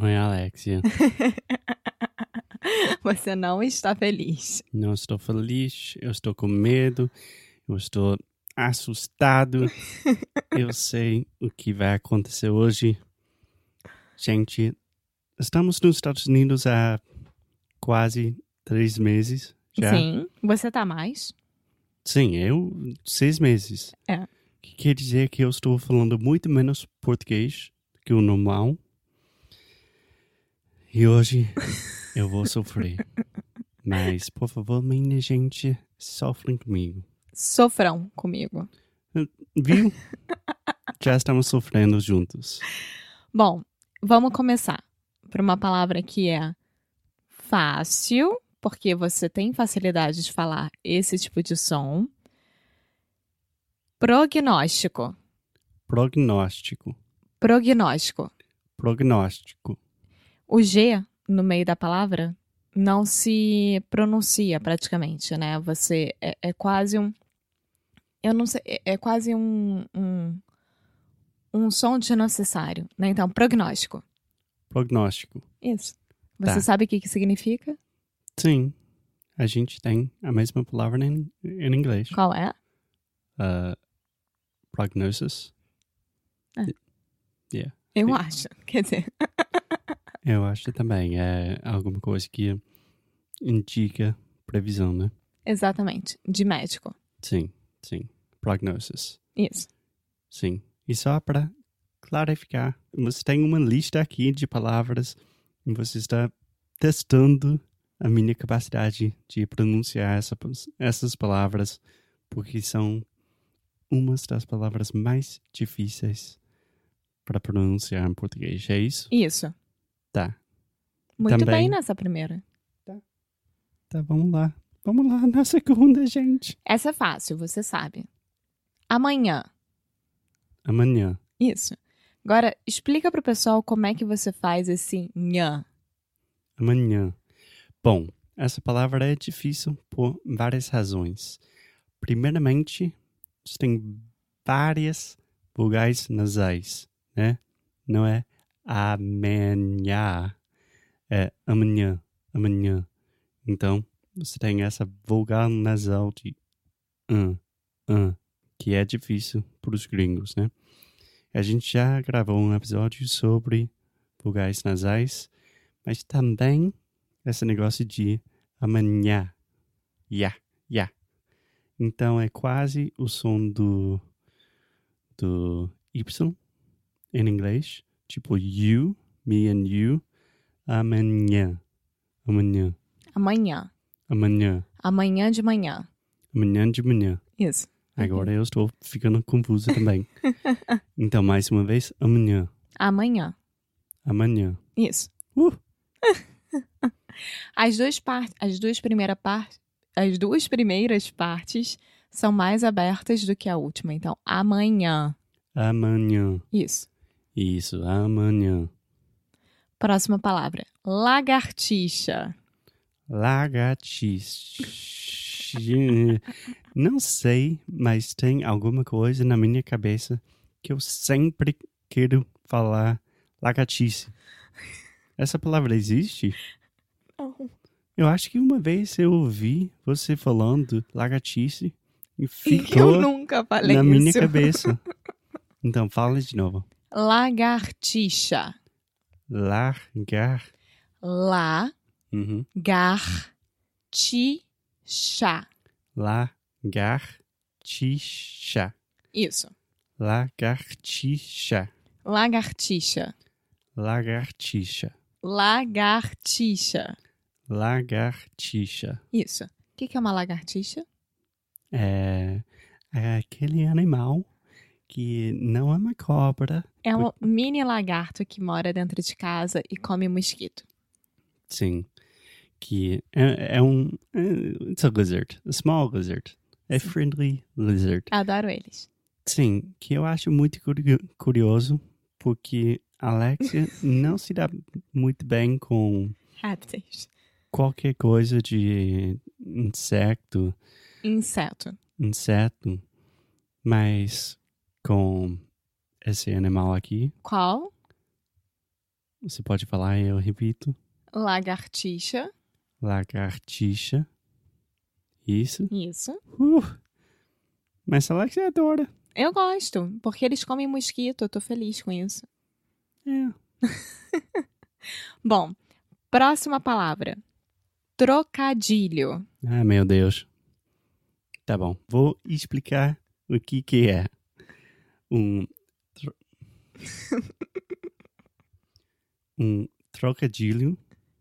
Oi, Alexia. Você não está feliz. Não estou feliz, eu estou com medo, eu estou assustado. eu sei o que vai acontecer hoje. Gente, estamos nos Estados Unidos há quase três meses já. Sim, você tá mais? Sim, eu seis meses. É. Que quer dizer que eu estou falando muito menos português que o normal. E hoje eu vou sofrer. Mas, por favor, minha gente, sofrem comigo. Sofrão comigo. Viu? Já estamos sofrendo juntos. Bom, vamos começar por uma palavra que é fácil, porque você tem facilidade de falar esse tipo de som. Prognóstico. Prognóstico. Prognóstico. Prognóstico. O G no meio da palavra não se pronuncia praticamente, né? Você é, é quase um. Eu não sei. É é quase um. um um som desnecessário, né? Então, prognóstico. Prognóstico. Isso. Você Tá. sabe o que, que significa? Sim. A gente tem a mesma palavra em, em inglês. Qual é? Uh, prognosis. Eu Sim. acho. Quer dizer, Eu acho também. É alguma coisa que indica previsão, né? exatamente. De médico. Sim, sim. Prognosis. Isso. Sim. E só para clarificar, você tem uma lista aqui de palavras e você está testando a minha capacidade de pronunciar essa, essas palavras, porque são umas das palavras mais difíceis para pronunciar em português. É isso? Isso. Tá. Muito bem Também. nessa primeira. Tá, vamos lá. Vamos lá na segunda, gente. Essa é fácil, você sabe. Amanhã. Amanhã. Isso. Agora, explica pro pessoal como é que você faz esse nhã. Amanhã. Bom, essa palavra é difícil por várias razões. Primeiramente, você tem várias vogais nasais, né? Não é amanhã, é amanhã, amanhã. Então, você tem essa vogal nasal de an, an, que é difícil para os gringos, né? A gente já gravou um episódio sobre vogais nasais mas também esse negócio de amanhã. Ya, ya. Então é quase o som do, do Y em inglês. Tipo you, me and you, amanhã. Amanhã, Amanhã. amanhã, Amanhã de manhã. amanhã de manhã. Isso. Agora eu estou ficando confusa também. então, mais uma vez, amanhã, Amanhã. amanhã. Isso. Uh! As duas partes, as duas primeiras partes, as duas primeiras partes são mais abertas do que a última. Então, amanhã. Amanhã. Isso. Isso, amanhã. Próxima palavra. Lagartixa. Lagartixa. Não sei, mas tem alguma coisa na minha cabeça que eu sempre quero falar lagartixa. Essa palavra existe? Eu acho que uma vez eu ouvi você falando lagartixa e Eu ficou nunca falei na minha isso. cabeça. Então, fala de novo. Lagartixa. Largar. Uhum. Lagartixa. Uhum. Lagartixa. Isso. Lagartixa. Lagartixa. Lagartixa. Lagartixa. Lagartixa. Isso. O que, que é uma lagartixa? É, é aquele animal que não é uma cobra. É um mini lagarto que mora dentro de casa e come mosquito. Sim. Que é, é um. é- it's a lizard. A small lizard. A friendly lizard. Adoro eles. Sim, que eu acho muito curio- curioso, porque a Alexia não se dá muito bem com Répteis. qualquer coisa de insecto, Inseto. inseto, mas com esse animal aqui, Qual? você pode falar, eu repito, Lagartixa. lagartixa. Isso. Isso. Uh! Mas a Alexia adora. Eu gosto, porque eles comem mosquito. Eu tô feliz com isso. É. Bom, próxima palavra. Trocadilho. Ah, meu Deus. Tá bom. Vou explicar o que que é um tro- um trocadilho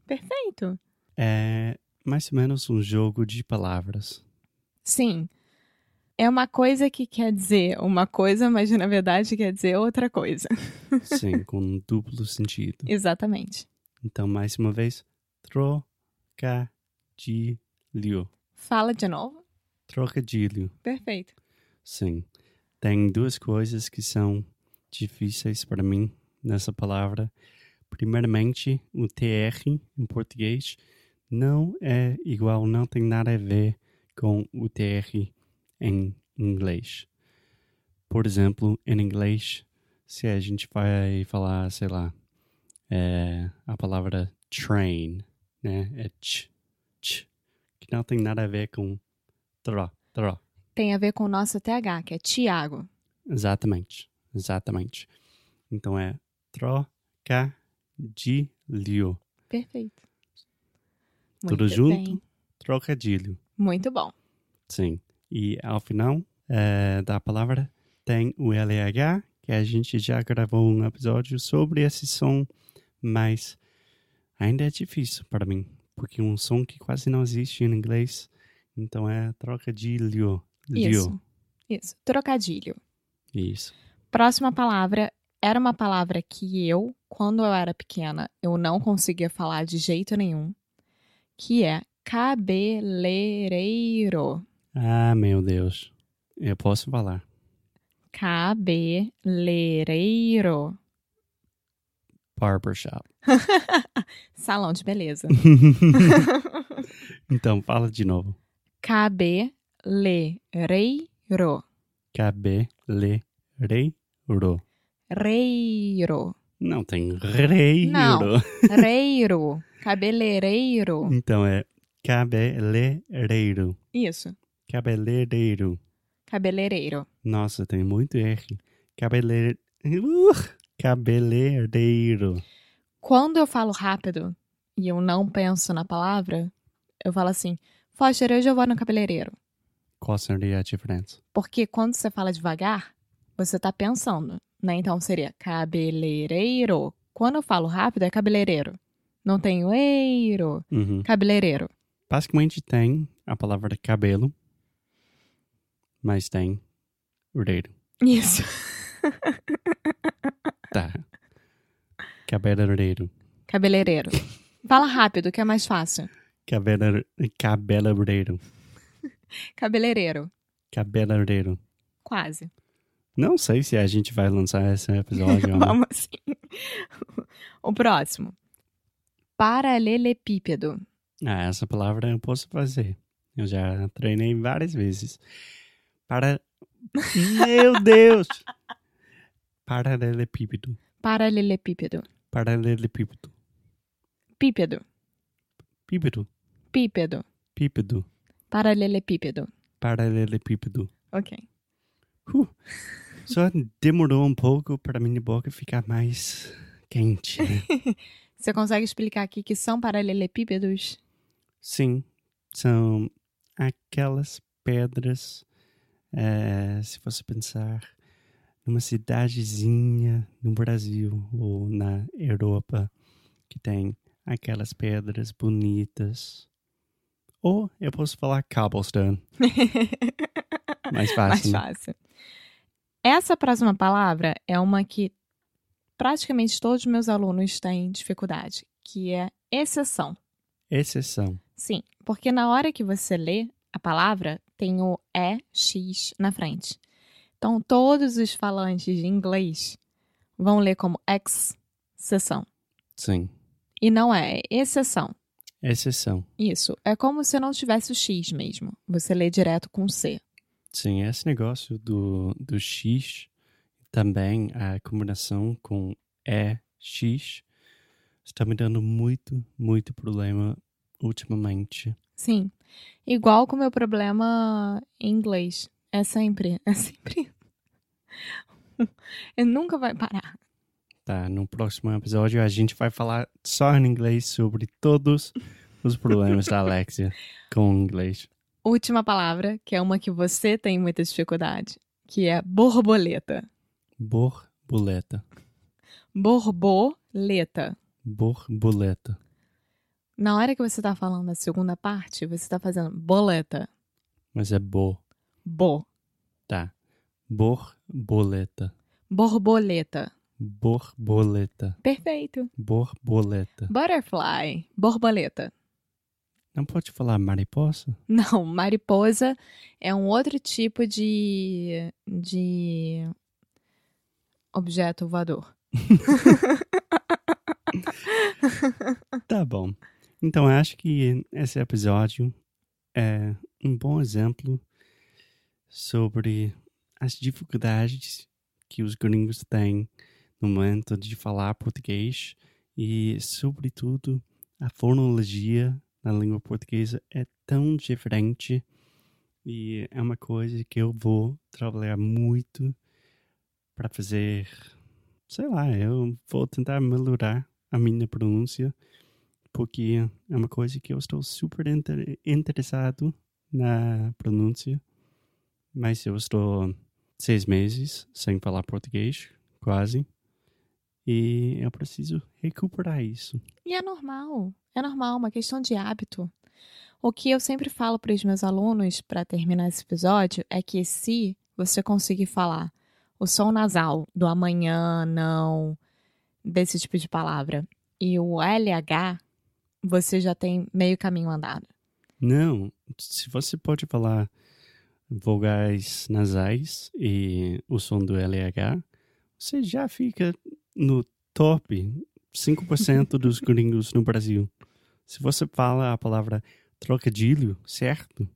Perfeito. é mais ou menos um jogo de palavras. Sim. É uma coisa que quer dizer uma coisa, mas na verdade quer dizer outra coisa. Sim, com um duplo sentido. Exatamente. Então, mais uma vez, trocadilho. Fala de novo. Trocadilho. Perfeito. Sim. Tem duas coisas que são difíceis para mim nessa palavra. Primeiramente, o TR em português não é igual, não tem nada a ver com o TR em inglês. Por exemplo, em inglês, se a gente vai falar, sei lá, é, a palavra train, né? É ch, ch, que não tem nada a ver com tro, tro. Tem a ver com o nosso TH, que é Tiago. Exatamente, exatamente. Então é trocadilho. Perfeito. Tudo Muito junto? bem. Trocadilho, Muito bom. sim. E ao final eh, da palavra tem o LH, que a gente já gravou um episódio sobre esse som, mas ainda é difícil para mim, porque é um som que quase não existe em inglês. Então é trocadilho. Isso. Isso. Trocadilho. Isso. Próxima palavra era uma palavra que eu, quando eu era pequena, eu não conseguia falar de jeito nenhum, que é cabeleireiro. Ah, meu Deus. Eu posso falar. Cabeleireiro. Barbershop. Salão de beleza. então, fala de novo. Cabeleireiro. Cabeleireiro. Reiro. Não tem reiro. Não. Reiro. Cabeleireiro. Então é cabeleireiro. Isso. Cabeleireiro. Cabeleireiro. Nossa, tem muito R. Cabeleireiro. Uh, cabeleireiro. Quando eu falo rápido e eu não penso na palavra, eu falo assim: Foster, hoje eu vou no cabeleireiro. Qual seria a diferença? Porque quando você fala devagar, você tá pensando, né? Então seria cabeleireiro. Quando eu falo rápido, é cabeleireiro. Não tem o eiro. Uhum. Cabeleireiro. Basicamente tem a palavra cabelo, mas tem reiro. Isso. Tá. Cabeleireiro. Cabeleireiro. Fala rápido, que é mais fácil. Cabelo- Cabeleireiro. Cabeleireiro. Cabeleireiro. Quase. Não sei se a gente vai lançar esse episódio. ou não. Vamos assim. o próximo. Paralelepípedo. Ah, essa palavra eu posso fazer. Eu já treinei várias vezes. Para. Meu Deus! Paralelepípedo. Paralelepípedo. Paralelepípedo. Pípedo. Pípedo. Pípedo. Pípedo. Paralelepípedo. Paralelepípedo. Ok. Uh, só demorou um pouco para minha boca ficar mais quente. né? Você consegue explicar aqui que são paralelepípedos? Sim, são aquelas pedras. É, se você pensar numa cidadezinha no Brasil ou na Europa que tem aquelas pedras bonitas. Ou eu posso falar cobblestone. Mais Mais fácil. né? fácil. Essa próxima palavra é uma que praticamente todos os meus alunos têm dificuldade, que é exceção. Exceção. Sim, porque na hora que você lê a palavra, tem o EX na frente. Então, todos os falantes de inglês vão ler como exceção. Sim. E não é, é exceção. Exceção. Isso, é como se não tivesse o X mesmo. Você lê direto com C. Sim, esse negócio do, do X, também a combinação com EX, está me dando muito, muito problema ultimamente. Sim. Igual com o meu problema em inglês. É sempre, é sempre. Eu nunca vai parar. Tá, no próximo episódio a gente vai falar só em inglês sobre todos os problemas da Alexia com o inglês. Última palavra, que é uma que você tem muita dificuldade, que é borboleta. Borboleta. Borboleta. Borboleta. Na hora que você tá falando a segunda parte, você tá fazendo boleta. Mas é bo. Bo. Tá. Borboleta. Borboleta. Borboleta. Perfeito. Borboleta. Butterfly. Borboleta. Não pode falar mariposa? Não, mariposa é um outro tipo de, de objeto voador. Tá bom. Então, eu acho que esse episódio é um bom exemplo sobre as dificuldades que os gringos têm no momento de falar português e, sobretudo, a fonologia na língua portuguesa é tão diferente e é uma coisa que eu vou trabalhar muito para fazer, sei lá, eu vou tentar melhorar a minha pronúncia porque é uma coisa que eu estou super inter- interessado na pronúncia, mas eu estou seis meses sem falar português, quase, e eu preciso recuperar isso. E é normal, é normal, uma questão de hábito. O que eu sempre falo para os meus alunos para terminar esse episódio é que se você conseguir falar o som nasal do amanhã, não, desse tipo de palavra, e o LH, você já tem meio caminho andado. Não, se você pode falar vogais nasais e o som do LH, você já fica no top 5% dos gringos no Brasil. Se você fala a palavra trocadilho, certo?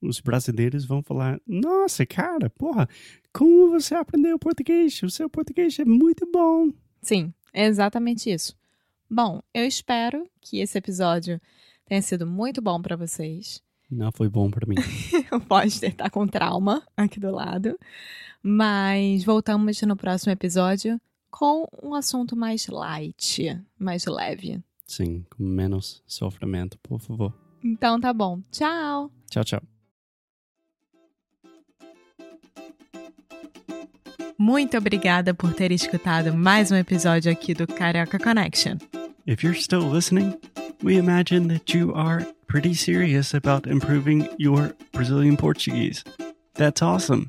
Os brasileiros vão falar: Nossa, cara, porra, como você aprendeu português? O seu português é muito bom. Sim, é exatamente isso. Bom, eu espero que esse episódio tenha sido muito bom para vocês. Não foi bom pra mim. O Foster tá com trauma aqui do lado. Mas voltamos no próximo episódio com um assunto mais light, mais leve. Sim, com menos sofrimento, por favor. Então tá bom. Tchau! Tchau, tchau. Muito obrigada por ter escutado mais um episódio aqui do Carioca Connection. If you're still listening, we imagine that you are pretty serious about improving your Brazilian Portuguese. That's awesome.